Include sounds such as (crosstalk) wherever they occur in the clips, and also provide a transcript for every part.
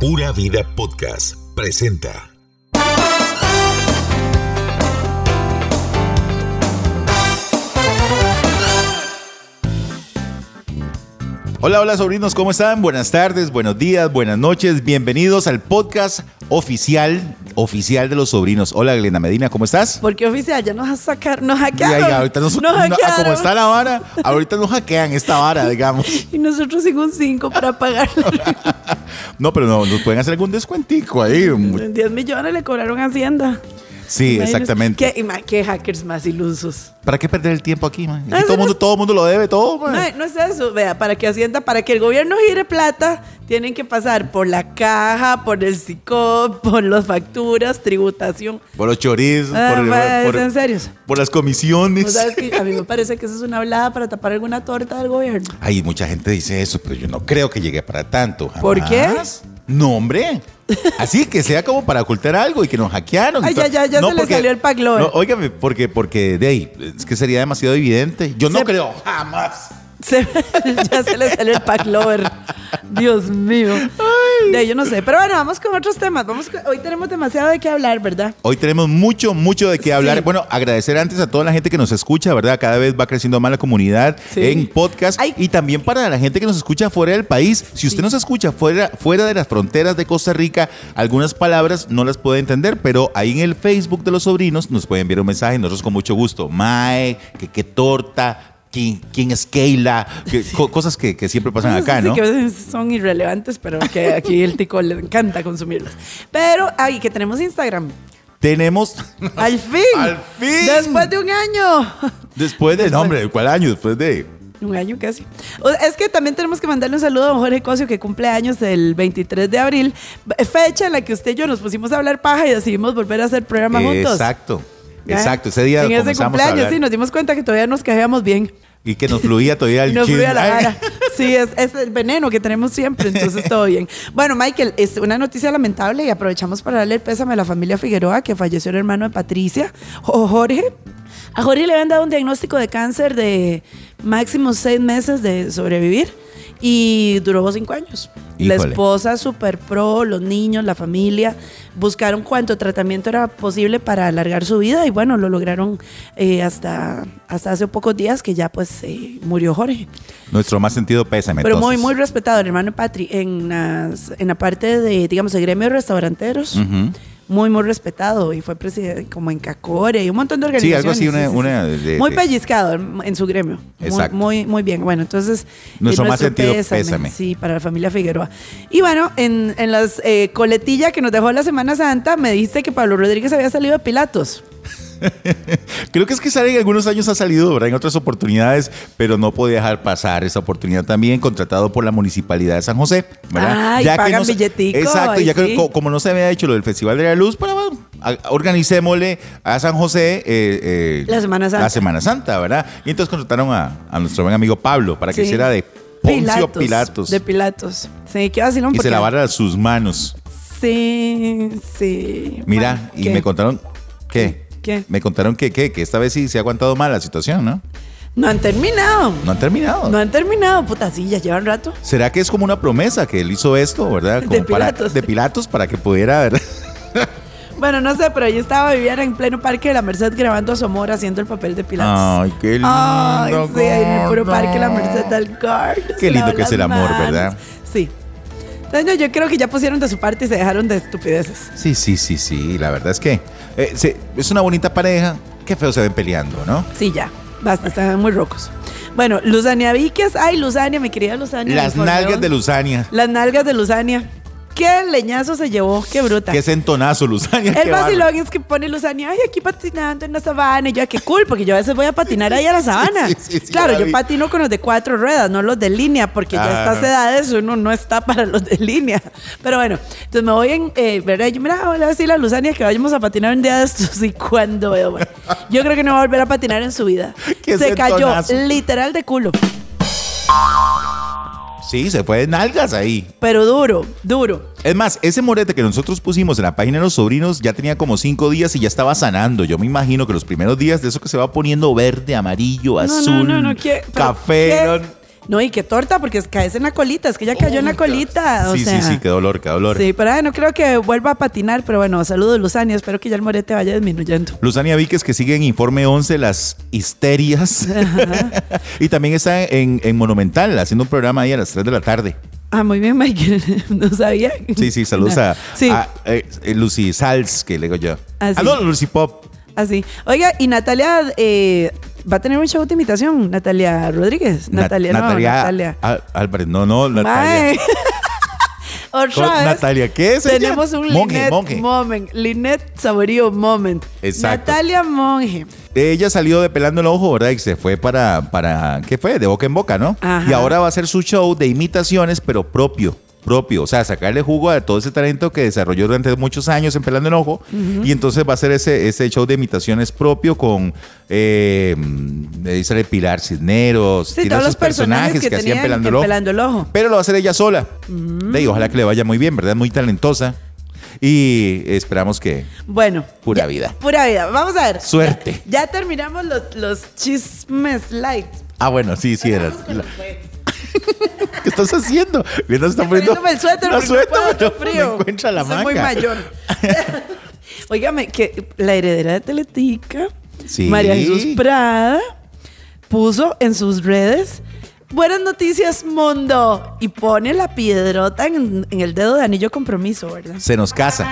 Pura Vida Podcast presenta. Hola, hola sobrinos, ¿cómo están? Buenas tardes, buenos días, buenas noches, bienvenidos al podcast oficial, oficial de los sobrinos. Hola Glenda Medina, ¿cómo estás? Porque oficial, ya nos sacar, nos Ya, hackearon. ya, ahorita nos, nos no, a hackearon. como está la vara, ahorita nos hackean esta vara, digamos. Y nosotros sin un 5 para (laughs) pagar. No, pero no, nos pueden hacer algún descuentico ahí. mu- 10 millones le cobraron a Hacienda. Sí, Imagínense. exactamente. ¿Qué, y ma, qué hackers más ilusos? ¿Para qué perder el tiempo aquí, man? Aquí Eso todo el no mundo, es- todo mundo lo debe, todo, man. No, no es eso. Vea, para que Hacienda, para que el gobierno gire plata, tienen que pasar por la caja, por el SICOP, por las facturas, tributación. Por los chorizos, Ah, por, ma, por- es en serio. por las ¿Vos comisiones. sabes que a mí me parece que eso es una hablada para tapar alguna torta del gobierno. Ay, mucha gente dice eso, pero yo no creo que llegue para tanto. jamás. ¿Por qué? No, hombre. Así que sea como para ocultar algo y que nos hackearon. Ay, ya, ya, ya se le salió el paglor. No, óigame, porque, porque, de ahí, es que sería demasiado evidente. Yo no Se- creo jamás. Se- (laughs) ya se le sale el pack lover. Dios mío. De yo no sé. Pero bueno, vamos con otros temas. Vamos con- hoy tenemos demasiado de qué hablar, ¿verdad? Hoy tenemos mucho, mucho de qué hablar. Sí. Bueno, agradecer antes a toda la gente que nos escucha, ¿verdad? Cada vez va creciendo más la comunidad Sí. en podcast. Ay. Y también para la gente que nos escucha fuera del país. Si usted nos escucha fuera, fuera de las fronteras de Costa Rica, algunas palabras no las puede entender, pero ahí en el Facebook de los sobrinos nos pueden enviar un mensaje. Nosotros con mucho gusto. Mae, que, que torta. ¿Quién, quién es Keila? que- co- cosas que, que siempre pasan Cosas acá, así ¿no? que a veces son irrelevantes, pero que aquí el tico le encanta consumirlas. Pero, ay, que tenemos Instagram. (laughs) Tenemos, Al fin. Al fin. Después de un año. (laughs) después de, no, hombre, ¿cuál año? Después de... Un año casi. O- Es que también tenemos que mandarle un saludo a don Jorge Cosio, que cumple años el 23 de abril, fecha en la que usted y yo nos pusimos a hablar paja y decidimos volver a hacer programa juntos. Exacto. Ya. Exacto, ese día En ese comenzamos a cumpleaños, hablar. sí, nos dimos cuenta que todavía nos cajeamos bien. Y que nos fluía (laughs) todavía el Y nos chisme. fui a la Ay. cara. Sí, es, es el veneno que tenemos siempre, entonces todo bien. Bueno, Michael, es una noticia lamentable y aprovechamos para darle el pésame a la familia Figueroa, que falleció el hermano de Patricia, o Jorge. A Jorge le habían dado un diagnóstico de cáncer de máximo seis meses de sobrevivir y duró cinco años. La Híjole. esposa super pro, los niños, la familia, buscaron cuánto tratamiento era posible para alargar su vida y bueno, lo lograron eh, hasta, hasta hace pocos días que ya pues eh, murió Jorge. Nuestro más sentido pésame. Pero muy, entonces. muy respetado, el hermano Patri, en, las- en la parte de, digamos, el gremio de restauranteros. Ujú. Muy, muy respetado y fue presidente como en Cacore y un montón de Sí, organizaciones. algo así, una- sí, sí, sí. una de- muy de- pellizcado en, en su gremio. Muy- Exacto. Muy, muy, bien. Bueno, entonces. Nuestro eh, más sentido pésame. Sí, para la familia Figueroa. Y bueno, en, en las eh, coletilla que nos dejó la Semana Santa, me dijiste que Pablo Rodríguez había salido de Pilatos. Creo que es que sale en algunos años ha salido, ¿verdad? En otras oportunidades, pero no podía dejar pasar esa oportunidad también, contratado por la Municipalidad de San José, ¿verdad? Ay, pagan se- billetico, Exacto, ay, ya que sí. co- como no se había hecho lo del Festival de la Luz, para organicémosle a San José eh, eh, La Semana Santa. La Semana Santa, ¿verdad? Y entonces contrataron a, a nuestro buen amigo Pablo para que Sí. hiciera de Poncio Pilatos, De Pilatos. Sí, qué vacilón. y se porque- lavara sus manos. Sí, sí. Mira, Bueno, y ¿qué? me contaron que. ¿Qué? Me contaron que, que, que esta vez sí se ha aguantado mal la situación, ¿no? No han terminado. No han terminado. No han terminado, puta, sí, ya llevan rato. ¿Será que es como una promesa que él hizo esto, verdad? Como De para- Pilatos. de Pilatos para que pudiera, ¿verdad? Bueno, no sé, pero ahí estaba Viviana en pleno parque de la Merced grabando a su amor haciendo el papel de Pilatos. Ay, qué lindo. Ay, sí, ahí en el puro gordo. parque de la Merced del Garden. Qué se lindo lavan que es el las amor, manos. ¿verdad? Sí. Entonces, no, yo creo que ya pusieron de su parte y se dejaron de estupideces. Sí, sí, sí, sí. La verdad es que eh, se- es una bonita pareja. Qué feo se ven peleando, ¿no? Sí, ya. Basta, están muy rocos. Bueno, Luzania Víquez. Ay, Luzania, mi querida Luzania. Las informe, nalgas de ¿no? Luzania. Las nalgas de Luzania. Qué leñazo se llevó, qué bruta. Qué sentonazo, Luzania. (laughs) qué El bárbaro. vacilón es que pone Luzania, ay, aquí patinando en la sabana. Y yo, "Ah, qué cool, porque yo a veces voy a patinar ahí a la sabana. (laughs) sí, sí, sí, claro, ya vi. yo patino con los de cuatro ruedas, no los de línea, porque ya a Claro. estas edades uno no está para los de línea. Pero bueno, entonces me voy en, eh, ¿verdad? Yo, mira, voy a decirle a Luzania que vayamos a patinar un día de estos y cuando veo. bueno, Yo creo que no va a volver a patinar en su vida. (laughs) Qué Se cayó sentonazo. literal de culo, Sí, se fue de nalgas ahí. pero duro, duro. Es más, ese morete que nosotros pusimos en la página de los sobrinos ya tenía como cinco días y ya estaba sanando. Yo me imagino que los primeros días de eso que se va poniendo verde, amarillo, No, azul, no, no, no, ¿qué? ¿Pero café. qué? ¿no? No, y qué torta, porque caes en la colita, es que ya cayó en la colita. o Oh, sí, sea. sí, sí, qué dolor, qué dolor. Sí, pero ay, no creo que vuelva a patinar, pero bueno, saludos Luzania, espero que ya el morete vaya disminuyendo. Luzania Víquez, que sigue en Informe 11, las histerias. (laughs) y también está en, en Monumental, haciendo un programa ahí a las 3 de la tarde. Ah, muy bien, Michael, (laughs) no sabía. Sí, sí, saludos a, Sí. a, eh, Lucy Sals, que le digo yo. Ah, sí. Aló, Lucy Pop. Así. Oiga, y Natalia eh, va a tener un show de imitación, Natalia Rodríguez. Na- Natalia, no, Natalia, Natalia. Al- Álvarez, no, no, Natalia. Mae. (laughs) Otra Co- vez. Natalia, ¿qué es ella? Tenemos un Monje, Linet monje. Moment. Linet Saborío Moment. Exacto. Natalia Monje. Ella salió de pelando el ojo, ¿verdad? Y se fue para, para, ¿qué fue? De boca en boca, ¿no? Ajá. Y ahora va a hacer su show de imitaciones, pero propio, propio. O sea, sacarle jugo a todo ese talento que desarrolló durante muchos años en pelando el ojo. Y entonces va a hacer ese, ese show de imitaciones propio con, eh, eh, sale Pilar Cisneros, Sí, tiene todos esos los personajes que hacían tenían pelando el en ojo. Pelando el Ojo. Mm. Pero lo va a hacer ella sola. De ahí, ojalá que le vaya muy bien, ¿verdad? Muy talentosa. Y esperamos que Bueno. pura ya- vida. Pura vida. Vamos a ver. Suerte. Ya terminamos los, los chismes light. Ah, bueno, sí, sí, era. la- (laughs) ¿Qué estás haciendo? Linda se está poniendo poniéndome el suéter la porque suéter, no puedo, pero tengo frío. no encuentra la Soy manga. muy mayor. (laughs) Óigame, que la heredera de Teletica, Sí. María Jesús Prada, puso en sus redes Buenas noticias, mundo. Y pone la piedrota en, en el dedo de anillo compromiso, ¿verdad? Se nos casa.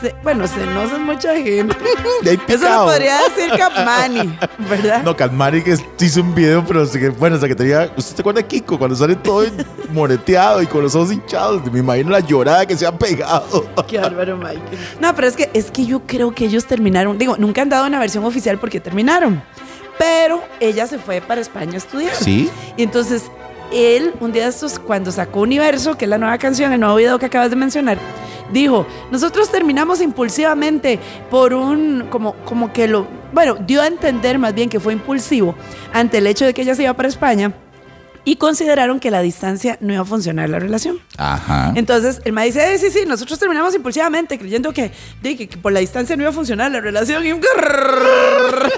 Se- bueno, se nos es (laughs) mucha gente. De ahí Eso picado. lo podría decir (laughs) Capmani, ¿verdad? No, Calmari que hizo un video, pero sí que- bueno, secretaría. ¿Usted se acuerda de Kiko cuando sale todo (laughs) moreteado y con los ojos hinchados? Me imagino la llorada que se ha pegado. Qué bárbaro, Michael. No, pero es que, es que yo creo que ellos terminaron. Digo, nunca han dado una versión oficial porque terminaron. Pero ella se fue para España a estudiar. Sí. Y entonces él, un día de estos, cuando sacó Universo, que es la nueva canción, el nuevo video que acabas de mencionar, dijo: Nosotros terminamos impulsivamente por un. Como, como que lo. Bueno, dio a entender más bien que fue impulsivo ante el hecho de que ella se iba para España y consideraron que la distancia no iba a funcionar la relación. Ajá. Entonces, el me dice, "Eh, sí, sí, nosotros terminamos impulsivamente creyendo que, de que- que por la distancia no iba a funcionar la relación. Y un grrrr.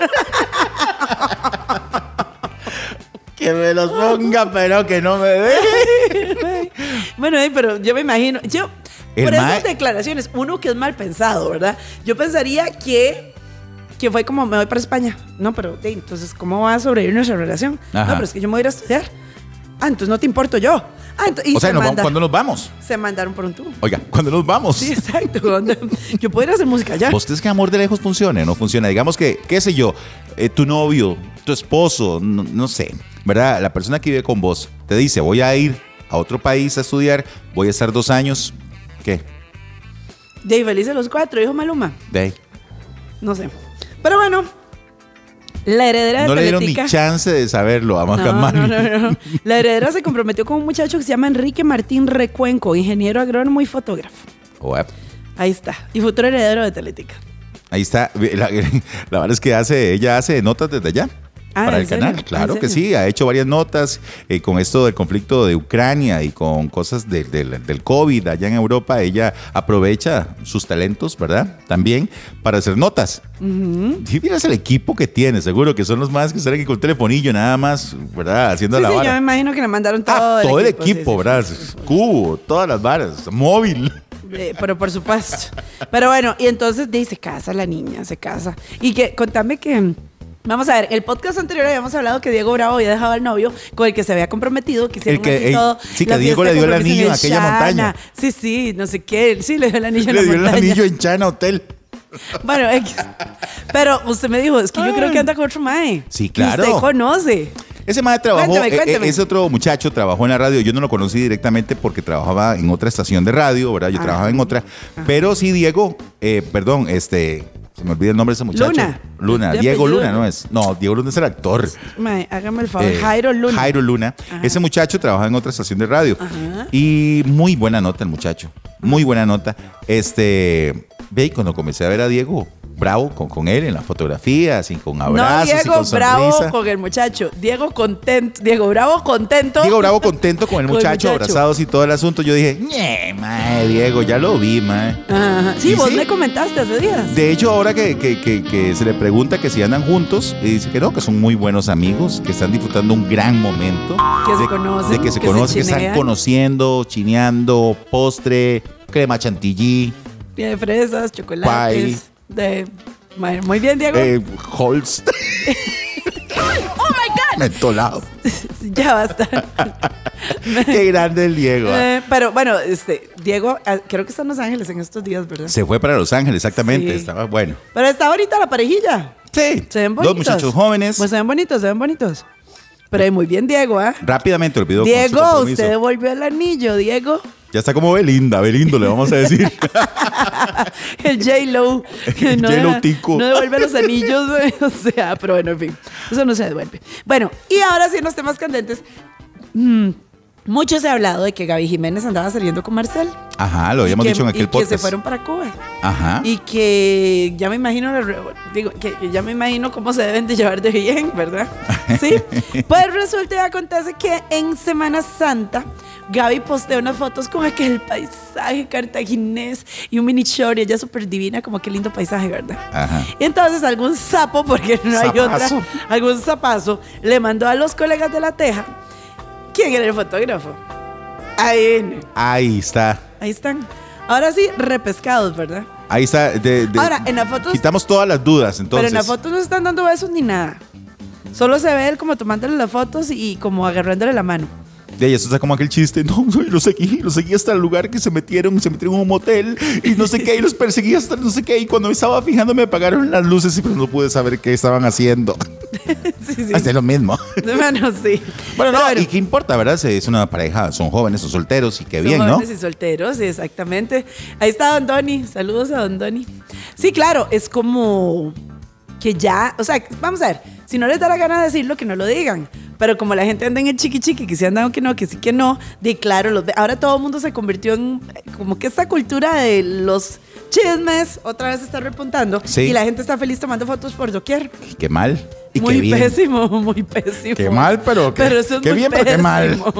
Que me los ponga, pero que no me deje. bueno, eh, pero yo me imagino, yo, El por mae- esas declaraciones, uno que es mal pensado, ¿verdad? Yo pensaría que, que fue como, me voy para España. No, pero de, entonces, ¿cómo va a sobrevivir nuestra relación? Ajá. No, pero es que yo me voy a ir a estudiar. Ah, entonces no te importo yo. Ah, ento- y O sea, se, nos vamos- manda- ¿cuándo nos vamos? se mandaron por un tubo. Oiga, ¿cuándo nos vamos? Sí, (laughs) exacto. ¿dónde? Yo podría hacer música ya. ¿Vos crees que amor de lejos funciona? No funciona. Digamos que, qué sé yo, eh, tu novio, tu esposo, no, no sé, ¿verdad? La persona que vive con vos te dice, voy a ir a otro país a estudiar, voy a estar dos años. ¿Qué? De ahí, felices los cuatro, dijo Maluma. De ahí. No sé. Pero bueno, la heredera de No le dieron ni Teletica- chance de saberlo a Eh, No, Macamani. no, no, no. La heredera se comprometió con un muchacho que se llama Enrique Martín Recuenco, ingeniero agrónomo y fotógrafo. Uep. Ahí está. Y futuro heredero de Teletica. Ahí está. La, (laughs) la verdad es que hace, ella hace notas desde allá. Ah, para ¿en el serio? canal, claro ¿En que serio? sí, ha hecho varias notas eh, con esto del conflicto de Ucrania y con cosas del- del- del COVID allá en Europa, ella aprovecha sus talentos, ¿verdad? También para hacer notas. Si vieras el equipo que tiene, seguro que son los más que salen aquí con telefonillo nada más, ¿verdad? Haciendo Sí, la sí, yo vara. me imagino que le mandaron todo, Ah, todo el equipo, sí, sí, sí. ¿verdad? Cubo, todas las varas, móvil. Eh, pero por supuesto. Pero bueno, y entonces dice, se casa la niña, se casa. Y que contame que... mm, Vamos a ver, el podcast anterior habíamos hablado que Diego Bravo había dejado al novio con el que se había comprometido, que hicieron El que- así el- todo. sí, que la Diego fiesta le de dio el compromiso anillo en en aquella Shana. montaña. Sí, sí, no sé qué. Sí, le dio el anillo en Le la dio el montaña. anillo en Chana Hotel. (laughs) Bueno, X. Pero usted me dijo, es que yo creo que anda con otro mae. Ah. Sí, que claro. usted conoce. Ese madre trabajó, Cuénteme, eh, eh, cuénteme. ese otro muchacho trabajó en la radio, yo no lo conocí directamente porque trabajaba en otra estación de radio, ¿verdad? Yo Ah, Ajá. trabajaba en otra, pero sí Diego, eh, perdón, este, se me olvida el nombre de ese muchacho. Luna. Luna, De Diego apellido. Luna, ¿no es? No, Diego Luna es el actor. Mae, hágame el favor. Eh, Jairo Luna. Jairo Luna. Ajá. Ese muchacho trabajaba en otra estación de radio. Ajá. Y muy buena nota el muchacho. Muy buena nota. Este, ve, y cuando comencé a ver a Diego, bravo con, con él en las fotografías y con No, abrazos y Diego con Bravo sonrisa. con el muchacho. Diego contento. Diego Bravo contento. Diego Bravo contento con el Con el muchacho, muchacho. abrazados y todo el asunto. Yo dije, ñe, mae, Diego, ya lo vi, mae. Ajá. Sí, ¿Y vos sí? me comentaste hace días. De hecho, ahora que, que- que- que se le pregunta que si andan juntos, y dice que no, que son muy buenos amigos, que están disfrutando un gran momento. Que se de, conocen, de que se que se conocen, que están chinean. conociendo, chineando, postre, crema chantilly, Tiene fresas, chocolates. De... Bueno, muy bien, Diego. eh, (laughs) (laughs) Holst. ¡Oh, my God! Mentolado. (laughs) Ya basta. Qué grande el (laughs) Diego. ah. Eh, pero bueno, este, Diego, ah, creo que está en Los Ángeles en estos días, ¿verdad? Se fue para Los Ángeles, exactamente. Sí. Estaba bueno. Pero está ahorita la parejilla. Sí. Se ven Dos bonitos. muchachos jóvenes. Pues se ven bonitos, se ven bonitos. Pero eh, muy bien, Diego, ¿ah? Rápidamente olvidó. con su Diego, compromiso. usted devolvió el anillo, Diego. Ya está como Belinda, Belindo, le vamos a (laughs) decir. El J-Lo. (laughs) que no J.Lo deja- tico. No devuelve los anillos, güey, (laughs) o sea, pero bueno, en fin. Eso no se devuelve. Bueno, y ahora sí, en los temas candentes. Mm, mucho se ha hablado de que Gaby Jiménez andaba saliendo con Marcel. Ajá, lo habíamos Y que- dicho en aquel y podcast. que se fueron para Cuba. Ajá. Y que ya me imagino, la re- digo, que, que ya me imagino cómo se deben de llevar de bien, (laughs) ¿verdad? Sí. Pues resulta y acontece que en Semana Santa Gaby postea unas fotos como que el paisaje cartaginés y un mini short y ella súper divina, como que lindo paisaje, ¿verdad? Ajá. Y entonces algún sapo, porque no hay otra, Zapazo. algún zapazo, le mandó a los colegas de la teja. ¿Quién era el fotógrafo? Ahí, Ahí está. ahí están. Ahora sí, repescados, ¿verdad? Ahí está. de- de- Ahora, en la foto- Quitamos todas las dudas, entonces. Pero en la foto no se están dando besos ni nada. Solo se ve él como tomándole las fotos y como agarrándole la mano. (laughs) De ahí, eso está como aquel chiste. No, yo los seguí, los seguí hasta el lugar que se metieron, se metieron en un motel y no sé qué, y los perseguí hasta no sé qué. Y cuando me estaba fijando, me apagaron las luces y pues no pude saber qué estaban haciendo. Sí, sí. Hace lo mismo. Bueno, sí. Ah, Bueno, no, Pero bueno, y qué importa, ¿verdad? Se- Es una pareja, son jóvenes, son solteros y qué son bien, ¿no? jóvenes y solteros, sí, exactamente. Ahí está Don Doni. Saludos a Don Doni. Sí, claro, es como que ya, o sea, vamos a ver, si no les da la gana de decirlo, que no lo digan. Pero como la gente anda en el chiqui chiqui, que si andan o que no, que sí que no, de claro, los ve- ahora todo el mundo se convirtió en eh, como que esta cultura de los chismes otra vez está repuntando Sí. y la gente está feliz tomando fotos por doquier. Y qué mal. Y muy qué bien. pésimo, muy pésimo. Qué mal, pero qué- pero eso es qué muy bien, pero qué mal. pésimo.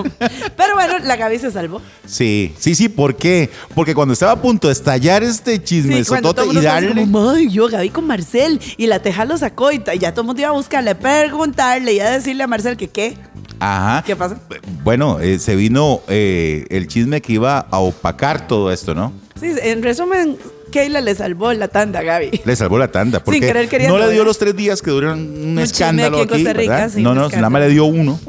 Pero bueno, la Gaby se salvó. Sí, sí, sí, ¿por qué? Porque cuando estaba a punto de estallar este chisme Sí, cuando todo el y mundo estaba darle. como, "Ay, yo Gaby con Marcel y la teja lo sacó y, ta- y ya todo el mundo iba a buscarle, a preguntarle y a decirle a Marcel que qué. Ajá. ¿Qué pasa? Bueno, eh, se vino eh, el chisme que iba a opacar todo esto, ¿no? Sí, en resumen, Keila le salvó la tanda (laughs) a Gaby. Le salvó la tanda. Porque querer queriendo, no le dio ¿verdad? los tres días que duraron un, chisme escándalo aquí en aquí. Costa Rica, ¿verdad? sí, no, un no, nada más escándalo. le dio uno.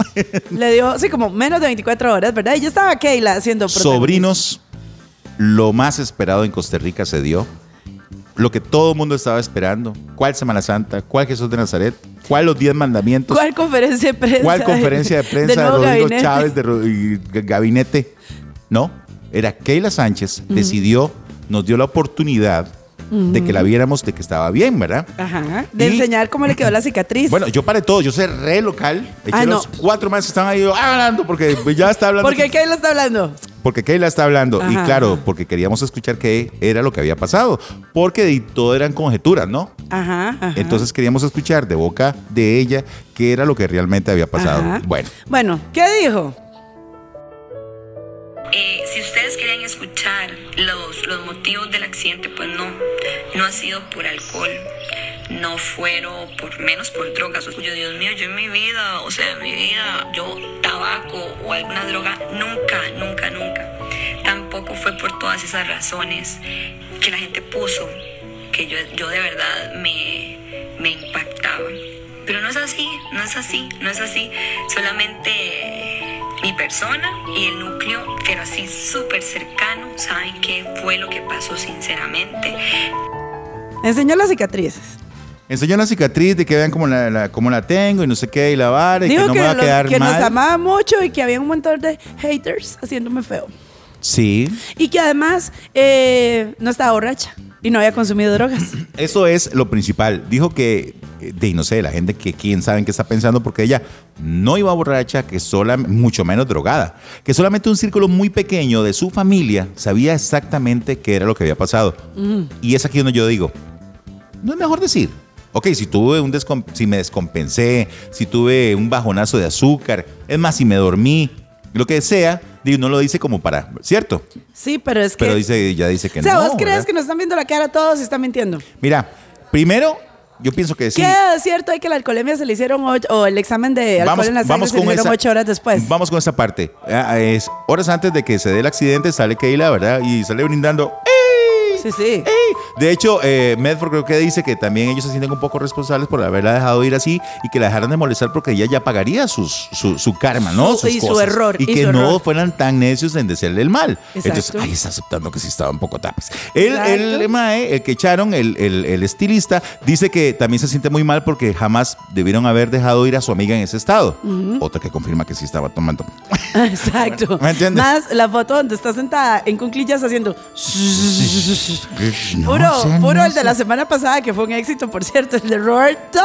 Le dio, sí, como menos de 24 horas, ¿verdad? Y ya estaba Keila haciendo Sobrinos, lo más esperado en Costa Rica se dio. Lo que todo el mundo estaba esperando. ¿Cuál Semana Santa? ¿Cuál Jesús de Nazaret? ¿Cuál los diez mandamientos? ¿Cuál conferencia (laughs) de prensa? ¿Cuál conferencia de prensa de nuevo Rodrigo gabinete? Chávez de Ro- y g- gabinete? No, era Keila Sánchez decidió, nos dio la oportunidad de que la viéramos de que estaba bien, ¿verdad? Ajá. De Y- enseñar cómo le quedó la cicatriz. Bueno, yo paré todo, yo cerré el local, eché Ah, no. los cuatro más que estaban ahí yo, "Ah, hablando porque ya está hablando. Porque Keila está hablando. Porque Keila está hablando y Ajá, claro, ajá. porque queríamos escuchar qué era lo que había pasado, porque de- todo eran conjeturas, ¿no? Ajá, ajá. Entonces queríamos escuchar de boca de ella qué era lo que realmente había pasado. Ajá. Bueno, Bueno, ¿qué dijo? Eh, si ustedes quieren escuchar los, los motivos del accidente, pues no, no ha sido por alcohol, no fueron por menos por drogas. Yo, Dios mío, yo en mi vida, o sea, en mi vida, yo tabaco o alguna droga, nunca, nunca, nunca. Tampoco fue por todas esas razones que la gente puso, que yo, yo de verdad me, me impactaba. Pero no es así, no es así, no es así. Solamente mi persona y el núcleo, pero así súper cercano, saben qué fue lo que pasó sinceramente. Enseñó las cicatrices. enseñó la cicatriz de que vean cómo la, la- cómo la tengo y no sé qué y la vara y que Dijo no que, me va a lo- quedar que nos mal. amaba mucho y que había un montón de haters haciéndome feo. sí. Y que además eh, no estaba borracha y no había (clears throat) consumido drogas. Eso es lo principal. Dijo que, eh, de no sé, la gente que quién sabe en qué está pensando, porque ella no iba borracha, que sola, mucho menos drogada, que solamente un círculo muy pequeño de su Mm. familia sabía exactamente qué era lo que había pasado. Y es aquí donde yo digo, no es mejor decir. Ok, si tuve un descom- si me descompensé, si tuve un bajonazo de azúcar, es más, si me dormí, lo que sea, digo, no lo dice como para, ¿cierto? Sí, pero es que. Pero dice, ya dice que o sea, no. vos crees ¿verdad? que nos están viendo la cara todos y están mintiendo. Mira, primero, yo pienso que sí. ¿Qué es cierto? Hay que la alcoholemia se le hicieron ocho- o el examen de alcohol en la sangre se le hicieron esa- ocho horas después. Vamos con esa parte. Ah, es horas antes de que se dé el accidente, sale Keila, ¿verdad? Y sale brindando. ¡Ey! Sí, sí. (laughs) ¡Ey! De hecho, eh, Medford creo que dice que también ellos se sienten un poco responsables por haberla dejado ir así y que la dejaron de molestar porque ella ya pagaría sus, su, su karma, ¿no? Su- Sus y su cosas. error, Y, y que su no error. fueran tan necios en desearle el mal. Entonces, Exacto. ahí está aceptando que sí estaba un poco tapes. El, el, Exacto. mae, el que echaron, el, el- el estilista, dice que también se siente muy mal porque jamás debieron haber dejado ir a su amiga en ese estado. Otra que confirma que sí estaba tomando. Exacto. ¿Me entiendes? Más la foto donde está sentada en cunclillas haciendo. No, puro, o sea, puro no el de sé. la semana pasada, que fue un éxito, por cierto, el (laughs) de Roberto.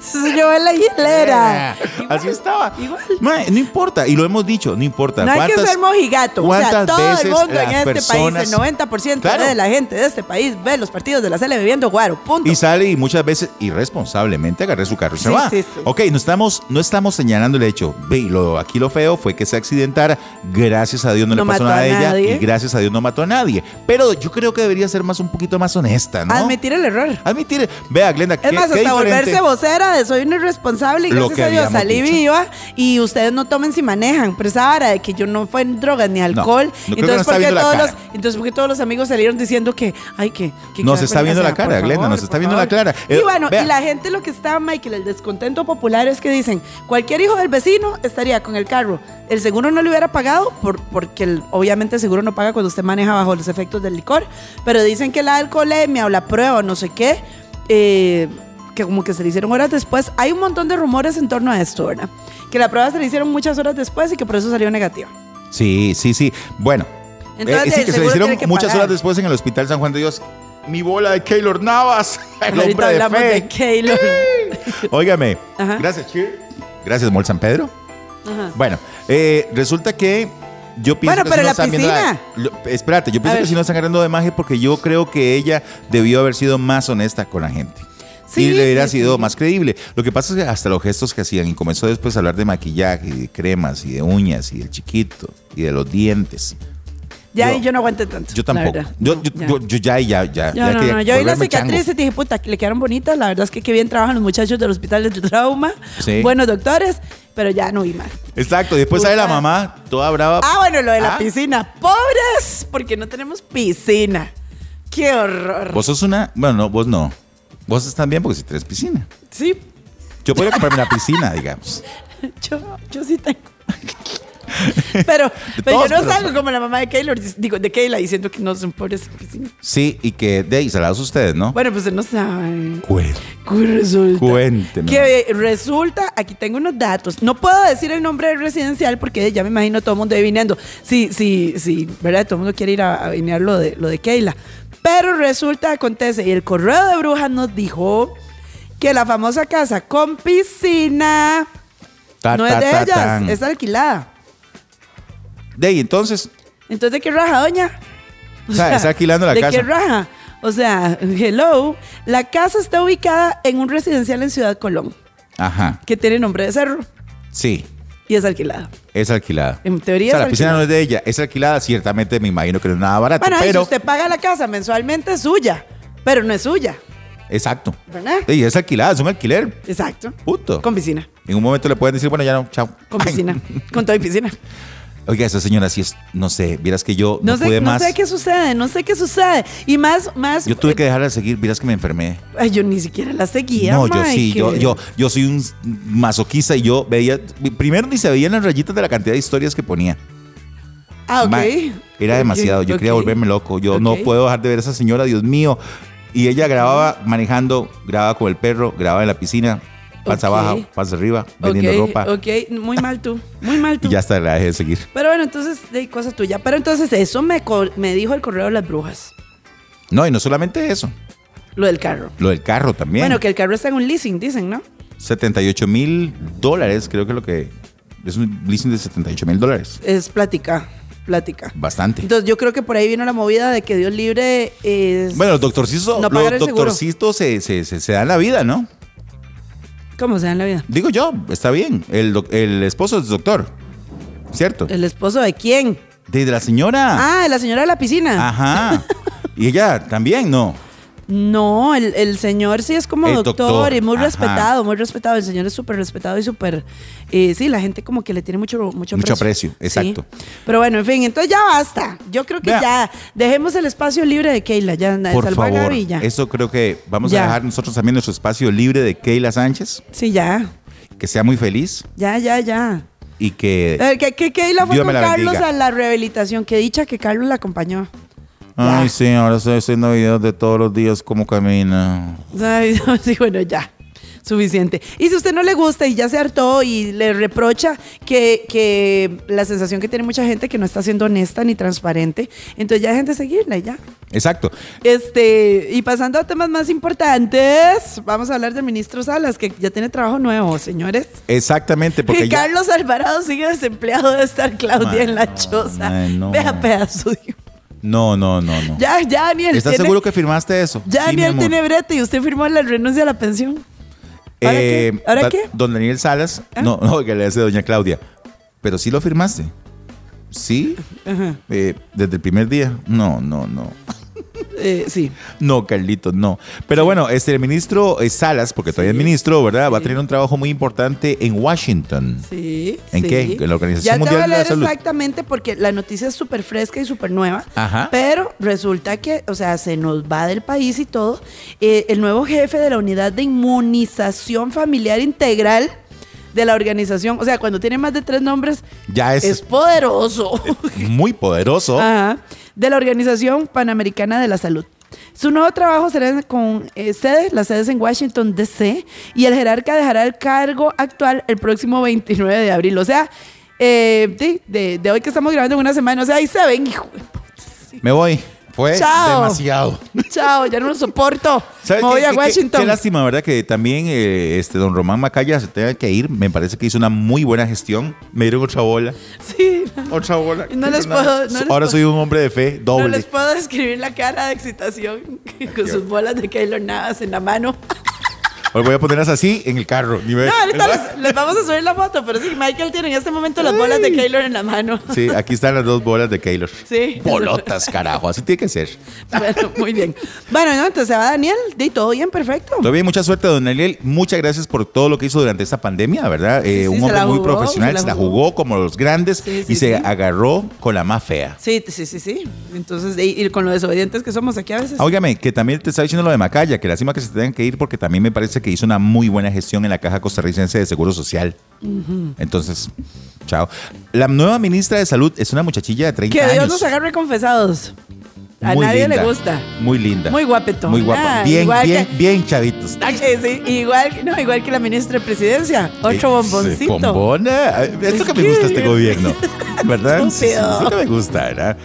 Se llevó en la hilera. Eh, Así estaba. Igual. Mae, no importa, y lo hemos dicho, no importa. No hay que ¿Cuántas- ser mojigato. O sea, cuántas todo el veces mundo en las este personas- país, el 90% Claro. de la gente de este país ve los partidos de la sele bebiendo guaro. Punto. Y sale y muchas veces irresponsablemente agarré su carro y se Sí, va. sí, sí. Ok, no estamos, no estamos señalando el hecho. Ve, y lo, aquí lo feo fue que se accidentara. Gracias a Dios no, No le pasó mató nada a a ella nadie. y gracias a Dios no mató a nadie. Pero yo creo que debería ser más un poquito más honesta, ¿no? Admitir el error. Admitir. Vea, Glenda, Es qué- más, qué hasta diferente. volverse vocera de soy un irresponsable y Lo gracias que a Dios habíamos salí dicho. viva y ustedes no tomen si manejan. Pero esa vara de que yo no fue en drogas ni alcohol. no creo que nos entonces, está ¿por qué viendo la todos los, cara. entonces, ¿por qué todos los amigos salieron diciendo que, ay, que. que Nos qué está viendo la vergüenza? cara, Por Glenda, nos favor, está por viendo favor. la cara. Eh, Y bueno, vea. y la gente lo que está, Michael, el descontento popular es que dicen: cualquier hijo del vecino estaría con el carro. El seguro no le hubiera pagado por, porque el- obviamente el seguro no paga cuando usted maneja bajo los efectos del licor. Pero dicen que la alcoholemia o la prueba o no sé qué. eh, que como que se le hicieron horas después. Hay un montón de rumores en torno a esto, ¿verdad? Que la prueba se le hicieron muchas horas después y que por eso salió negativa. Sí, sí, sí. Bueno. Entonces, eh, es Eh, el que se le seguro hicieron tiene que muchas pagar. horas después en el hospital San Juan de Dios. Mi bola de Keylor Navas. (laughs) El hombre Ahorita de hablamos fe. de Keylor. Óigame. Ajá. Gracias, Cheer. Gracias, Mol San Pedro. Ajá. Bueno, eh, resulta que yo pienso Bueno, que pero si no la están viendo piscina. lo- espérate, yo pienso ver. que si no están agarrando de magia porque yo creo que ella debió haber sido más honesta con la gente. Sí, y le hubiera sí, sido sí. más creíble. Lo que pasa es que hasta los gestos que hacían, y comenzó después a hablar de maquillaje, y de cremas, y de uñas, y del chiquito, y de los dientes. Ya Yo- yo, yo no aguanté tanto. Yo la tampoco. verdad. Yo, No, yo, ya. yo- yo ya, ya, ya. Yo ya no, quería no, yo vi las volverme chango. cicatrices y dije, puta, que le quedaron bonitas. La verdad es que qué bien trabajan los muchachos de los hospitales de trauma. Sí. Buenos doctores, pero ya no vi más. Exacto, después sale la Puta. mamá, toda brava. Ah, bueno, lo de la Ah. piscina. Pobres, porque no tenemos piscina. Qué horror. Vos sos una. Bueno, no, vos no. Vos estás bien porque si tenés piscina. Sí, (laughs) Yo podría comprarme una piscina, digamos. yo, yo sí (laughs) tengo. Pero, De pero yo todas, no pero- salgo como la mamá de Keylor, digo, de Kayla, diciendo que no son pobres en piscina. Sí, y que de ahí salados ustedes, ¿no? Bueno, pues no saben. Bueno. ¿Qué resulta? Cuénteme. Que eh, resulta, aquí tengo unos datos. No puedo decir el nombre del residencial porque eh, ya me imagino todo el mundo adivinando. Sí, sí, sí, ¿verdad? Todo el mundo quiere ir a a adivinar lo de, lo de Keila. Pero resulta, acontece, y el correo de brujas nos dijo que la famosa casa con piscina Ta, no ta, es de ta, ellas, tan. es alquilada. De ahí, entonces. Entonces, ¿de qué raja, doña? O sea, está alquilando la ¿de casa. qué raja? O sea, hello. La casa está ubicada en un residencial en Ciudad Colón, Ajá. que tiene nombre de cerro Sí, y es alquilada. es alquilada. En O teoría sea, es la piscina alquilada. no es de ella, es alquilada. Ciertamente me imagino que no es nada barato. Bueno, ahí si Ah, pero. usted paga la casa mensualmente es suya, pero no es suya, Exacto. ¿verdad? De ahí, es alquilada, es un alquiler. Exacto. Punto. Con piscina, En un momento le pueden decir, bueno, ya no, chao. con (laughs) piscina, con todo y piscina. Oiga, esa señora sí es, no sé, vieras que yo no, No, sé, pude no más. sé qué sucede, no sé qué sucede. Y más, más. Yo tuve que dejarla de seguir, vieras que me enfermé. Ay, yo ni siquiera la seguía. No, yo sí, Michael. yo, yo, yo soy un masoquista y yo veía, primero ni se veían las rayitas de la cantidad de historias que ponía. Ah, ok. Ma- Era demasiado, yo Ok, quería ok. volverme loco, yo Ok. no puedo dejar de ver a esa señora, Dios mío. Y ella grababa manejando, grababa con el perro, grababa en la piscina, panza Ok. abajo, panza arriba, vendiendo Ok, ropa. Ok, muy mal tú, muy mal tú. Y (laughs) ya hasta la dejé de seguir. Pero bueno, entonces, de cosa tuya. Pero entonces, eso me, co- me dijo el correo de las brujas, No, y no solamente eso, lo del carro. lo del carro también. Bueno, que el carro está en un leasing, dicen, ¿no? 78 mil dólares, creo que lo que... Es un leasing de 78 mil dólares. Es plática. plática. Bastante. Entonces yo creo que por ahí vino la movida de que Dios libre es... Bueno, los doctorcitos, No pagar los el seguro. doctorcitos se, se, se- se dan la vida, ¿no? Como sea en la vida. Digo yo, está bien. El, doc- el esposo es doctor, ¿cierto? ¿El esposo de quién? De la señora. Eh. Ah, de la señora de la piscina. Ajá. y ella también, ¿no? No, el, el señor sí es como El doctor, doctor, y muy ajá. respetado, muy respetado. El señor es súper respetado y súper... eh, sí, la gente como que le tiene mucho Mucho, Mucho aprecio, Sí. exacto. Pero bueno, en fin, entonces ya basta. Yo creo que Vea. ya dejemos el espacio libre de Keila, ya na- Por salva a favor. Gaby y ya. Eso creo que vamos Ya. a dejar nosotros también nuestro espacio libre de Keila Sánchez. Sí, ya, Que sea muy feliz ya, ya, ya. y que... A ver, Eh, que, que Keila fue Dios me con la Carlos bendiga. a la rehabilitación. Que dicha que Carlos la acompañó. (laughs) Ay, Ya. sí, ahora estoy haciendo videos de todos los días cómo camina. Ay, no, sí, bueno, ya. Suficiente. Y si usted no le gusta y ya se hartó y le reprocha que, que la sensación que tiene mucha gente que no está siendo honesta ni transparente, entonces ya dejen de seguirla y ya. Exacto. Este, y pasando a temas más importantes, vamos a hablar del ministro Salas, que ya tiene trabajo nuevo, señores. Exactamente, porque Y ya- Carlos Alvarado sigue desempleado de estar Claudia Ay, en la no, choza. ay, no. Vea pedazo. de- No, no, no, no. Ya, ya, Daniel. ¿Estás tiene- seguro que firmaste eso? Ya, Sí, mi Daniel amor. tiene brete y usted firmó la renuncia a la pensión. ¿Ahora Eh, qué? ¿Ahora da- qué? Don Daniel Salas, ¿Ah? no, no, que le hace doña Claudia. Pero sí lo firmaste. ¿Sí? Eh, desde el primer día. No, no, no. Eh, sí. No, Carlitos, no. Pero bueno, este, el ministro eh, Salas, porque todavía es ministro, ¿verdad? Va a tener un trabajo muy importante en Washington. Sí. ¿En sí. qué? En la Organización ya Mundial te voy a de la leer Salud. exactamente porque la noticia es súper fresca y súper nueva. Ajá. Pero resulta que, o sea, se nos va del país y todo. Eh, el nuevo jefe de la unidad de inmunización familiar integral de la organización, o sea, cuando tiene más de tres nombres, Ya es, es (laughs) Ah. poderoso. muy poderoso. Ajá. de la Organización Panamericana de la Salud. Su nuevo trabajo será con eh, sedes, las sedes en Washington, D.C., y el jerarca dejará el cargo actual el próximo 29 de abril. O sea, eh, sí, de, de hoy que estamos grabando en una semana, o sea, ahí se ven, hijo. de puta. Me voy. Fue Chao. demasiado. Chao, ya no lo soporto. Me ¿Sabe voy qué- a qué- Washington. Qué, qué lástima, ¿verdad? Que también eh, este don Román Macaya se tenga que ir. Me parece que hizo una muy buena gestión. Me dieron otra bola. (laughs) sí, Otra bola. (laughs) No les Nada. puedo- no les Ahora puedo. soy un hombre de fe doble. no les puedo describir la cara de excitación (laughs) con sus bolas de Keylor Navas en la mano. Ahora voy a ponerlas así en el carro. Ni me- No, ahorita les, les vamos a subir la foto, pero sí, Michael tiene en este momento las bolas de Keylor en la mano. Sí, aquí están las dos bolas de Keylor. Sí. Bolotas, carajo. Así tiene que ser. Bueno, muy bien. Bueno, no, entonces se va Daniel, de todo bien, perfecto. Todavía mucha suerte, don Daniel. Muchas gracias por todo lo que hizo durante esta pandemia, ¿verdad? Eh, sí, un se hombre la muy jugó, profesional, se la jugó como los grandes Sí, sí, y se sí. agarró con la más fea. Sí, sí, sí, sí. Entonces, y, y con lo desobedientes que somos aquí a veces. Ah, Óigame, que también te estaba diciendo lo de Macaya, que lástima que se tengan que ir porque también me parece que hizo una muy buena gestión en la Caja Costarricense de Seguro Social. Entonces, chao. La nueva ministra de Salud es una muchachilla de 30 que años. Dios nos agarre confesados. A Muy nadie linda, le gusta. Muy linda. Muy guapetona. Muy guapa. Ah, Bien, igual bien, que- bien, chavitos. Eh, sí, igual, que- no, igual que la ministra de Presidencia. Otro Sí, bomboncito. Bombona. Esto que me gusta este (laughs) gobierno. ¿Verdad? Sí, sí, Estúpido. Esto que me gusta, ¿verdad?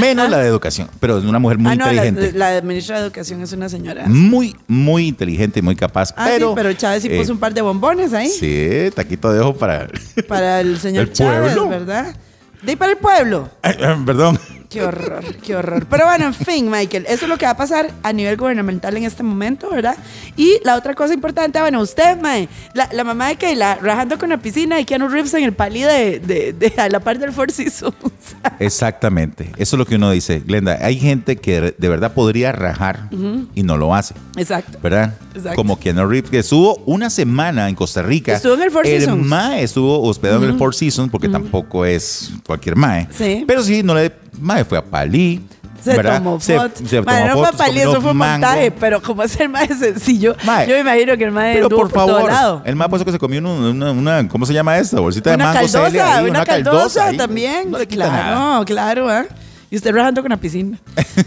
Menos la de educación, pero es una mujer muy ah, no, la, inteligente. la ministra de Educación es una señora. Muy, muy inteligente y muy capaz. Ah, pero, sí, pero Chávez sí eh, puso un par de bombones ahí. Sí, taquito de ojo (laughs) para. Para el señor El Chávez, pueblo. ¿verdad? De ahí para el pueblo. Perdón. Qué horror, qué horror. Pero bueno, en fin, Michael, eso es lo que va a pasar a nivel gubernamental en este momento, ¿verdad? Y la otra cosa importante, bueno, usted, mae, la, la mamá de Keila rajando con la piscina y Keanu Reeves en el pali de, de- de- a la par del Four Seasons. (laughs) Exactamente. Eso es lo que uno dice. Glenda, hay gente que de- de verdad podría rajar y no lo hace. Exacto. ¿Verdad? Exacto. Como Keanu Reeves, que estuvo una semana en Costa Rica. Estuvo en el Four Seasons. Mae estuvo hospedado en el Four Seasons porque tampoco es cualquier Mae. Sí. Pero sí, no le. Mae fue a Palí. Se ¿verdad? tomó Se- fotos. se Mae, tomó no fue fotos, pali, eso comió fue mango. montaje, pero como es el más sencillo, Mae, yo me imagino que el más Pero por favor, todo lado. el más puesto que se comió una, una- una- ¿cómo se llama esta? Bolsita una de mango. caldosa, Celia, ahí, una, caldosa, ahí. también. No le quita claro, nada. claro, ¿ah? Y usted rajando con (laughs) la piscina.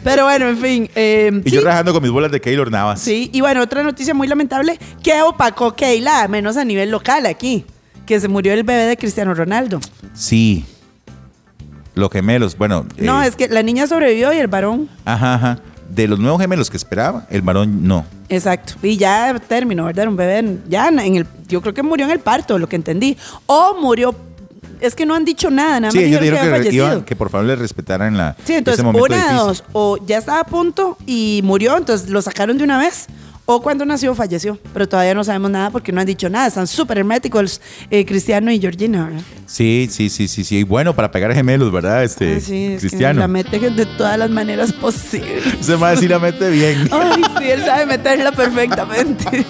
Pero bueno, en fin. eh, Y sí, yo rajando con mis bolas de Keylor Navas. Sí, y bueno, otra noticia muy lamentable que opacó Keila, menos a nivel local aquí, que se murió el bebé de Cristiano Ronaldo. Sí. Los gemelos, bueno. No, eh, es que la niña sobrevivió y el varón. Ajá, ajá. De los nuevos gemelos que esperaba, el varón no. Exacto. Y ya terminó, ¿verdad? Era Un bebé en- ya en el. Yo creo que murió en el parto, lo que entendí. O murió es que no han dicho nada, nada Sí, más ellos dijeron que dijeron había que, fallecido. iban- que por favor le respetaran la, Sí, entonces ese momento una de difícil. dos, o ya estaba a punto y murió, entonces lo sacaron de una vez, o cuando nació falleció, pero todavía no sabemos nada porque no han dicho nada, están súper herméticos eh, Cristiano y Georgina, ¿verdad? Sí, sí, sí, sí, sí. Y bueno, para pegar gemelos, ¿verdad? Este, Ah, sí, es que Cristiano. la mete de todas las maneras posibles. Ese mae sí la mete (laughs) bien. Ay, sí, él sabe meterla perfectamente. ¡Ay!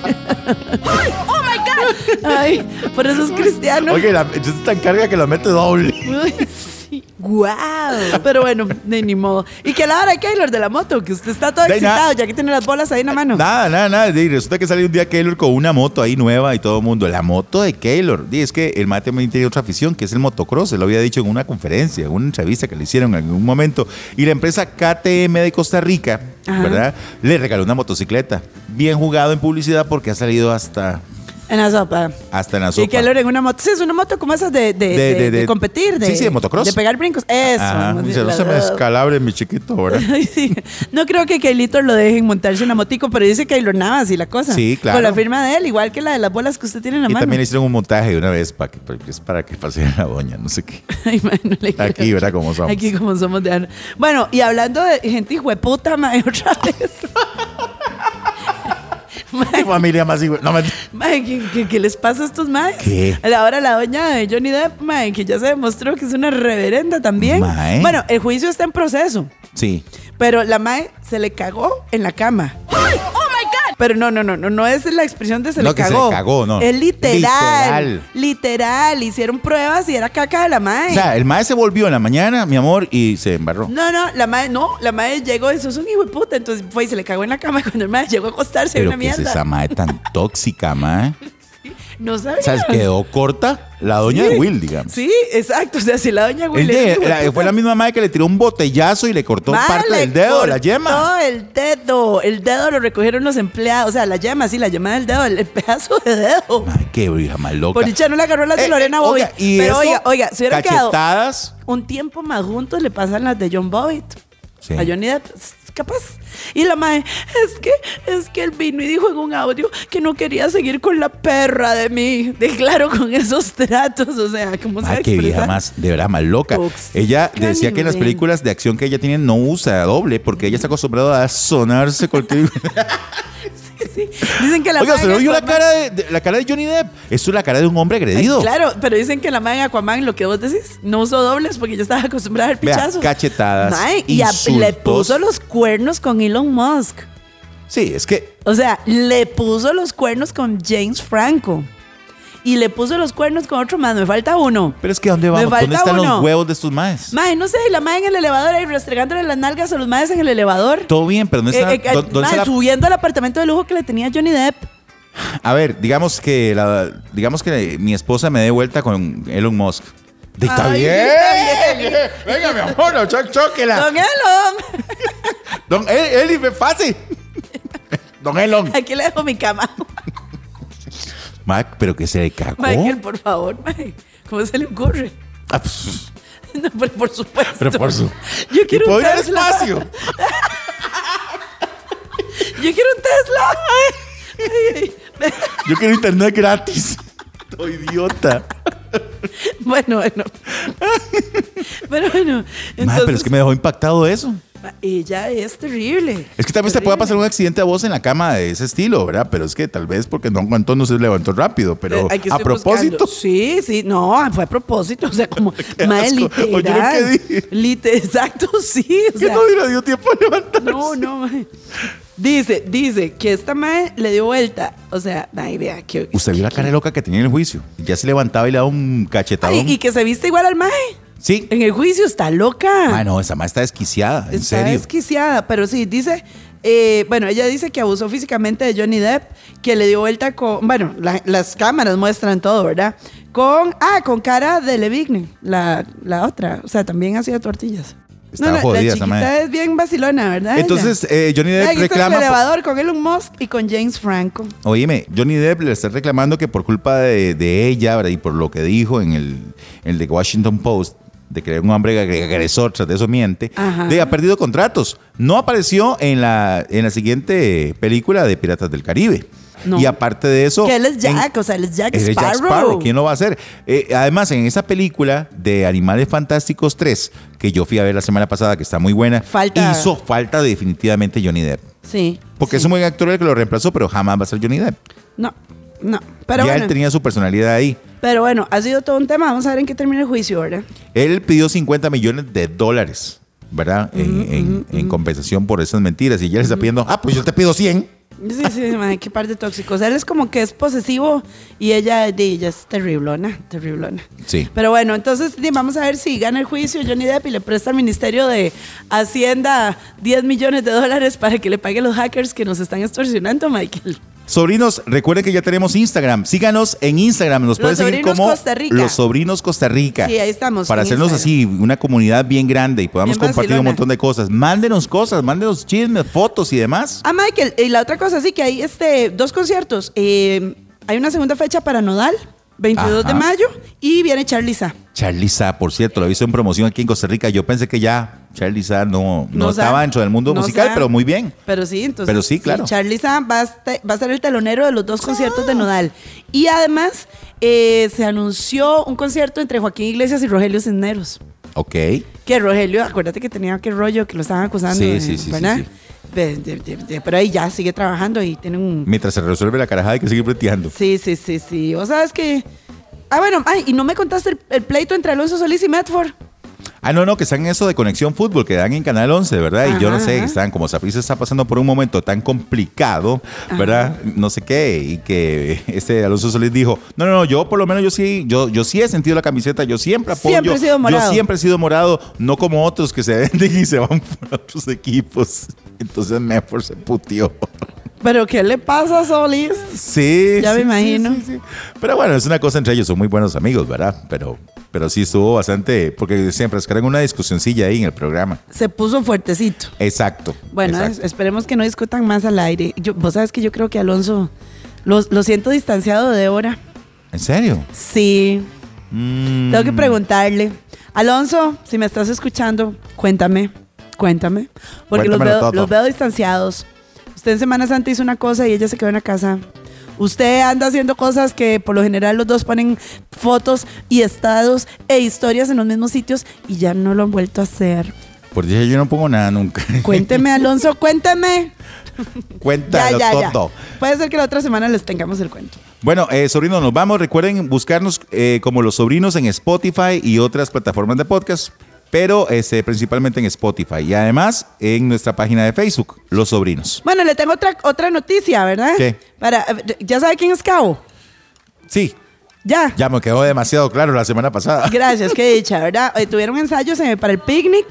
¡Oh, my God! Ay, por eso es cristiano. Oye, la, entonces tan carga que la mete doble. Ay, sí. ¡Guau! Pero bueno, de ni modo. ¿Y que la hora, Keylor, de la moto? Que usted está todo De nada. excitado, ya que tiene las bolas ahí en la mano. Nada, nada, nada. Y resulta que salió un día Keylor con una moto ahí nueva y todo el mundo. La moto de Keylor. Y es que el mate también tiene otra afición, que es el motocross. Se lo había dicho en una conferencia, en una entrevista que le hicieron en algún momento. Y la empresa KTM de Costa Rica, Ajá. ¿verdad? Le regaló una motocicleta. Bien jugado en publicidad porque ha salido hasta, En la sopa. hasta en la Y sopa. Keylor en una moto. Sí, es una moto como esas de, De- de, de- de- de de- competir. De, Sí, sí, de motocross. De pegar brincos. Eso. Ajá. más Dice, no bien, la- se me descalabre mi chiquito, (laughs) ¿verdad? Ay, sí. No creo que Keylor lo dejen montarse en la motico, pero dice Keylor Navas y la cosa. Sí, claro. Con la firma de él, igual que la de las bolas que usted tiene en la Y mano. también (laughs) le hicieron un montaje de una vez para que, porque es para que pase a la doña, no sé (laughs) qué. Ay, man, no le creo. Aquí, ¿verdad? Como somos. Aquí como somos de ano. Bueno, y hablando de gente hijueputa, mae, (laughs) otra vez. Qué familia más igual. No, me... Mae, ¿qué, qué, qué les pasa a estos maes? ¿Qué? Ahora la doña de Johnny Depp, mae, que ya se demostró que es una reverenda también. Mae. Bueno, el juicio está en proceso, Sí. pero la mae se le cagó en la cama. Pero no, no, no, no, no es la expresión de se No, le que se cagó. le cagó, no. Es literal. Literal. Literal. Hicieron pruebas y era caca de la mae. O sea, el maestro se volvió en la mañana, mi amor, y se embarró. No, no, la madre, no, la madre llegó, eso es un hijo de puta. Entonces fue y se le cagó en la cama. (laughs) y Cuando el madre llegó a acostarse, Pero era una que es mierda. esa mae (laughs) tan tóxica, mae. No sabía. O sea, quedó corta la doña de Will, digamos. Sí, exacto. O sea, si la doña El Will. era de- hijo de la- puta, fue la misma mae que le tiró un botellazo y le cortó madre parte le del dedo, la cortó yema. el dedo, el dedo lo recogieron los empleados. O sea, la yema, sí, la yema del dedo, el, el pedazo de dedo. Ay, qué hija más loca. Por dicha no le agarró las de Eh, Lorena eh, Bobbitt. oiga, y Pero eso, oiga, oiga, si hubiera quedado Cachetadas. un tiempo más juntos, le pasan las de John Bobbitt. Sí. A Johnny Depp, s- capaz. Y la madre, es que, es que él vino y dijo en un audio que no quería seguir con la perra de mí. (laughs) De claro, con esos tratos, o sea, ¿cómo se Ah, qué vieja expresa? más, de verdad, más loca. Tóxica, Ella decía que en las nivel. películas de acción que ella tiene no usa doble porque ella está acostumbrada a sonarse (laughs) cualquier. (laughs) Sí. Dicen que la Oiga, mae se en le vio la Aquaman- cara de, de- la cara de Johnny Depp. Eso es la cara de un hombre Ay, agredido. Claro, pero dicen que la madre en Aquaman, lo que vos decís, no usó dobles porque yo estaba acostumbrada al Vea, pichazo. cachetadas, y a- le insultos. puso los cuernos con Elon Musk. Sí, es que O sea, le puso los cuernos con James Franco. Y le puso los cuernos con otro más. Me falta uno. pero es que ¿a dónde Me vamos? falta ¿Dónde están uno. los huevos de estos maes? Mae, no sé, y la madre en el elevador ahí restregándole las nalgas a los madres en el elevador. Todo bien, pero ¿dónde está, Eh, eh, eh, dó- dónde mae, está la- Subiendo al apartamento de lujo que le tenía Johnny Depp. A ver, digamos que la- digamos que mi esposa me dé vuelta con Elon Musk. De- Está Ay, bien. está bien. Venga, mi amor, no, cho- chóquela. Don Elon, (laughs) Don El- Eli, me pase. Don Elon. aquí le dejo mi cama. Oh. Mac, pero que se le cagó. Michael, por favor, mae. ¿Cómo se le ocurre? (laughs) Ah, pues, No, pero por supuesto. Pero por su- Yo y quiero un puedo ir al Tesla. espacio. (laughs) Yo quiero un Tesla. (laughs) Ay, ay. Yo quiero internet gratis. (laughs) Estoy idiota. (laughs) (laughs) Bueno, bueno. Pero bueno. Mac, Entonces, pero es que me dejó impactado eso. Ella es terrible. Es que también te puede pasar un accidente a vos en la cama de ese estilo, ¿verdad? Pero es que tal vez porque no aguantó, no se levantó rápido, pero Eh, aquí a estoy propósito. buscando. Sí, sí, no, fue a propósito. O sea, (laughs) como, madre, asco. Oye, ¿yo literal. qué dije? Lite- exacto, (laughs) sí. (laughs) O Que sea, no hubiera dio tiempo a levantar. no, no, mae. Dice, dice que esta madre le dio vuelta. O sea, ay, vea, que. Usted vio la cara loca que tenía en el juicio. Ya se levantaba y le daba un cachetadón. Ay, y que se viste igual al mae. Sí. En el juicio está loca. Ah, no, esa madre está desquiciada, en Está serio. desquiciada, pero sí, dice, eh, bueno, ella dice que abusó físicamente de Johnny Depp, que le dio vuelta con, bueno, la- las cámaras muestran todo, ¿verdad? Con, ah, con cara de Levigne, la, la otra, o sea, también hacía tortillas. Estaba jodida la esa chiquita madre. es bien vacilona, ¿verdad? ella? Entonces, eh, Johnny Ahí Depp está reclama. el por- elevador con Elon Musk y con James Franco. Oíme, Johnny Depp le está reclamando que por culpa de, de ella ¿verdad? y por lo que dijo en el, en el de Washington Post, de que era un hombre agre- agresor, tras de eso miente, Ajá. de, ha perdido contratos. No apareció en la, en la siguiente película de Piratas del Caribe. No. Y aparte de eso. Que él es en- Jack, o sea, él es Jack Él es Jack Sparrow, ¿quién lo va a hacer? Eh, además, en esa película de Animales Fantásticos 3, que yo fui a ver la semana pasada, que está muy buena, Falta- hizo falta definitivamente Johnny Depp. Sí. Porque es sí. un buen actor el que lo reemplazó, pero jamás va a ser Johnny Depp. No, no. Pero ya bueno, él tenía su personalidad ahí. pero bueno, ha sido todo un tema. Vamos a ver en qué termina el juicio, ¿verdad? Él pidió 50 millones de dólares, ¿verdad? En, en- en compensación por esas mentiras. Y ya le está pidiendo, ah, pues yo te pido 100. Sí, sí, madre, qué par de tóxicos. Él es como que es posesivo y ella, de, ella es terriblona, terriblona. Sí. Pero bueno, entonces di, vamos a ver si gana el juicio Johnny Depp y le presta al Ministerio de Hacienda 10 millones de dólares para que le pague los hackers que nos están extorsionando, Michael. Sobrinos, recuerden que ya tenemos Instagram. Síganos en Instagram. Nos Los pueden seguir Sobrinos como Costa Rica. Los Sobrinos Costa Rica. Sí, ahí estamos, Para en hacernos así una comunidad bien grande y podamos Bien compartir un vacilona. montón de cosas. Mándenos cosas, mándenos chismes, fotos y demás. Ah, Michael, y la otra cosa, sí, que hay este, dos conciertos. Eh, hay una segunda fecha para Nodal, 22 de Ajá. mayo, y viene Charliza. Charliza, por cierto, lo he visto en promoción aquí en Costa Rica. Yo pensé que ya Charliza no, no, estaba dentro del mundo musical, pero muy bien. Pero sí, entonces. Pero sí, claro. Ah. Charliza va a, esta- va a ser el telonero de los dos conciertos de Nodal. Y además, eh, se anunció un concierto entre Joaquín Iglesias y Rogelio Cisneros. Ok. Que Rogelio, acuérdate que tenía que rollo, que lo estaban acusando. Sí, de- sí, sí, sí, ¿verdad? sí. De- de- de- de- pero ahí ya sigue trabajando y tienen un. Mientras se resuelve la carajada hay que seguir breteando. Sí, sí, sí, sí. O sea, es que. Ah, bueno, ay, y no me contaste el, el pleito entre Alonso Solís y Medford. Ah, no, no, que están en eso de Conexión Fútbol, que dan en Canal 11, ¿verdad? y yo no Ajá, sé, ajá. están como Saprissa está pasando por un momento tan complicado, ¿verdad? No sé qué, y que este Alonso Solís dijo, no, no, no, yo por lo menos yo sí, yo, yo sí he sentido la camiseta, yo siempre apoyo. Siempre he sido morado. Yo siempre he sido morado, no como otros que se venden y se van (laughs) por otros equipos. Entonces Medford se puteó. Pero, ¿qué le pasa a Solís? Sí. Ya me sí, sí, imagino. sí, sí. Pero bueno, es una cosa entre ellos, son muy buenos amigos, ¿verdad? Pero, pero sí estuvo bastante, porque siempre en una discusioncilla ahí en el programa. Se puso fuertecito. Exacto. Bueno, es- exacto. esperemos que no discutan más al aire. Yo, Vos sabes que yo creo que Alonso lo, lo siento distanciado de Débora. ¿en serio? Sí, Mm, tengo que preguntarle. Alonso, si me estás escuchando, cuéntame, cuéntame. Porque los Cuéntamelo veo, todo. los veo distanciados. Usted en Semana Santa hizo una cosa y ella se quedó en la casa. Usted anda haciendo cosas que por lo general los dos ponen fotos y estados e historias en los mismos sitios y ya no lo han vuelto (laughs) a hacer. Por Dios, yo no pongo nada (laughs) nunca. (laughs) Cuénteme, Alonso, cuénteme. Ya, Cuéntalo ya, ya. todo. Puede ser que la otra semana les tengamos el cuento. Bueno, eh, sobrinos, nos vamos. Recuerden buscarnos eh, como los sobrinos en Spotify y otras plataformas de podcast, pero este, principalmente en Spotify y además en nuestra página de Facebook, Los Sobrinos. Bueno, le tengo otra, otra noticia, ¿verdad? ¿Qué? Para, ¿Ya sabe quién es Cabo? Sí, Ya. ya me quedó demasiado claro la semana pasada. (laughs) Gracias, qué dicha, ¿verdad? Eh, tuvieron ensayos eh, para el picnic,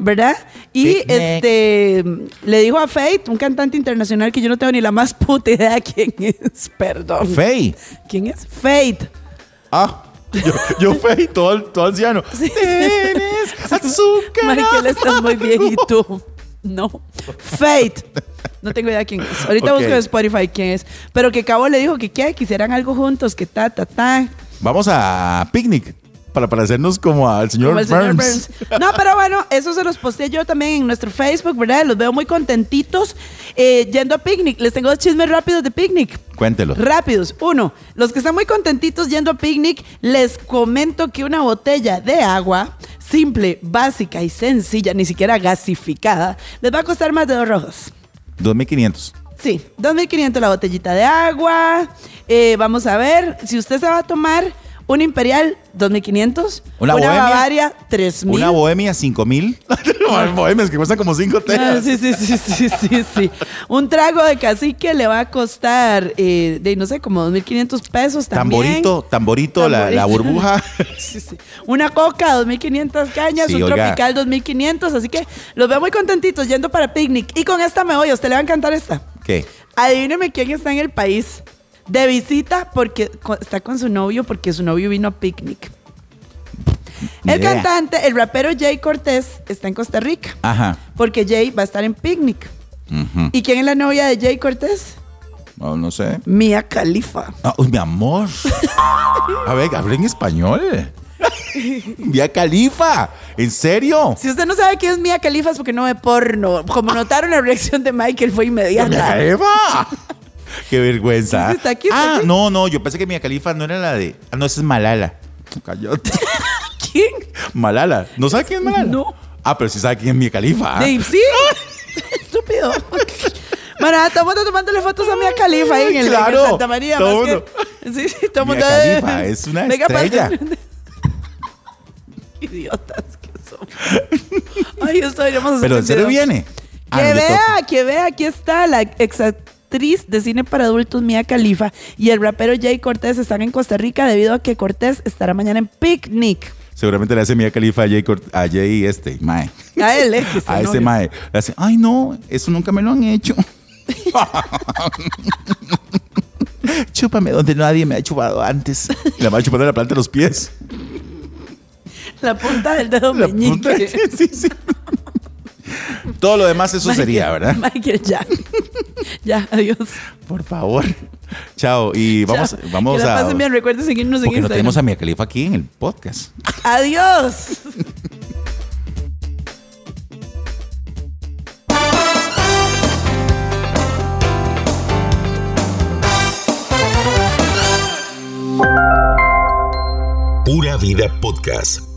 ¿verdad? Y Picnic. este le dijo a Faith, un cantante internacional que yo no tengo ni la más puta idea de quién es, (laughs) perdón. Fey. ¿Quién es? Faith. Ah, yo, yo Fey, todo, todo anciano. (laughs) Sí. (laughs) Tienes azúcar. Michael está (laughs) muy viejito. No. Fate. No tengo idea quién es. Ahorita Ok. busco en Spotify quién es. Pero que Cabo le dijo que qué, que hicieran algo juntos, que ta, ta, ta. Vamos a picnic para parecernos como al señor, Como el señor Burns. Burns. No, pero bueno, eso se los posteé yo también en nuestro Facebook, ¿verdad? Los veo muy contentitos eh, yendo a picnic. Les tengo dos chismes rápidos de picnic. Cuéntelo. Rápidos. Uno, los que están muy contentitos yendo a picnic, les comento que una botella de agua simple, básica y sencilla, ni siquiera gasificada, les va a costar más de dos rojos. 2500. Sí, 2.500 la botellita de agua. Eh, vamos a ver, si usted se va a tomar un imperial, 2.500. Una bohemia. Bavaria, 3.000. Una bohemia (laughs) 5000. Hay bohemias que cuestan como 5 Ah, telas. sí, sí, sí, sí, sí, sí. Un trago de cacique le va a costar, eh, de, no sé, como 2.500 pesos también. Tamborito, tamborito, La, la Tamborito. (laughs) burbuja. Sí, sí. Una coca, 2.500 cañas, Sí, un oiga. tropical, 2.500. Así que los veo muy contentitos yendo para picnic. Y con esta me voy, a usted le va a encantar esta. ¿Qué? Adivíneme quién está en el país de visita porque co- está con su novio porque su novio vino a picnic. Ni El idea. cantante, el rapero Jay Cortés está en Costa Rica Ajá. porque Jay va a estar en picnic. Ujú. ¿Y quién es la novia de Jay Cortés? No, no sé. Mía Califa. Ah, uy, mi (laughs) amor. A ver, hablé en español. Vía Califa. ¿En serio? Si usted no sabe quién es Mía Califa es porque no ve porno. Como notaron, la reacción de Michael fue ¡Mia (laughs) inmediata. Khalifa! Qué vergüenza. Sí, sí, está aquí, está ah, aquí. no, no, yo pensé que Mia Califa no era la de. Ah, no, esa es Malala. Cállate. ¿Quién? (laughs) Malala. ¿No sabe quién es Malala? No. Ah, pero sí sabe quién es Mia Califa. Dave, (laughs) sí. (laughs) Estúpido. Mara, estamos tomándole fotos a Mia Califa ahí en el en Claro, Santa María. todo más mundo. que- sí, sí, todo Mia mundo- Khalifa es una Venga, pase. estrella. (laughs) Idiotas que somos. Ay, esto deberíamos hacer Ah, Pero un en serio video. viene. Que Ah, no, le vea, toca. que vea, aquí está la exactriz de cine para adultos Mia Khalifa y el rapero Jay Cortés están en Costa Rica debido a que Cortés estará mañana en picnic. Seguramente le hace Mia Califa a Jay, Cort- a Jay este, Mae. A él, eh, que se (laughs) A ese enoje. Mae. Le hace, ay, no, eso nunca me lo han (laughs) hecho. (laughs) Chúpame donde nadie me ha chupado antes. Y La va chupando la planta de los pies. La punta del dedo La punta. meñique. (laughs) Sí, sí. Todo lo demás eso sería, (laughs) ¿verdad? Michael, ya. ya, adiós. Por favor. Chao. Y vamos, Ya. vamos que la a. pasen bien. Recuerden seguirnos en Porque no Instagram. tenemos a Mia Califa aquí en el podcast. Adiós. Pura Vida Podcast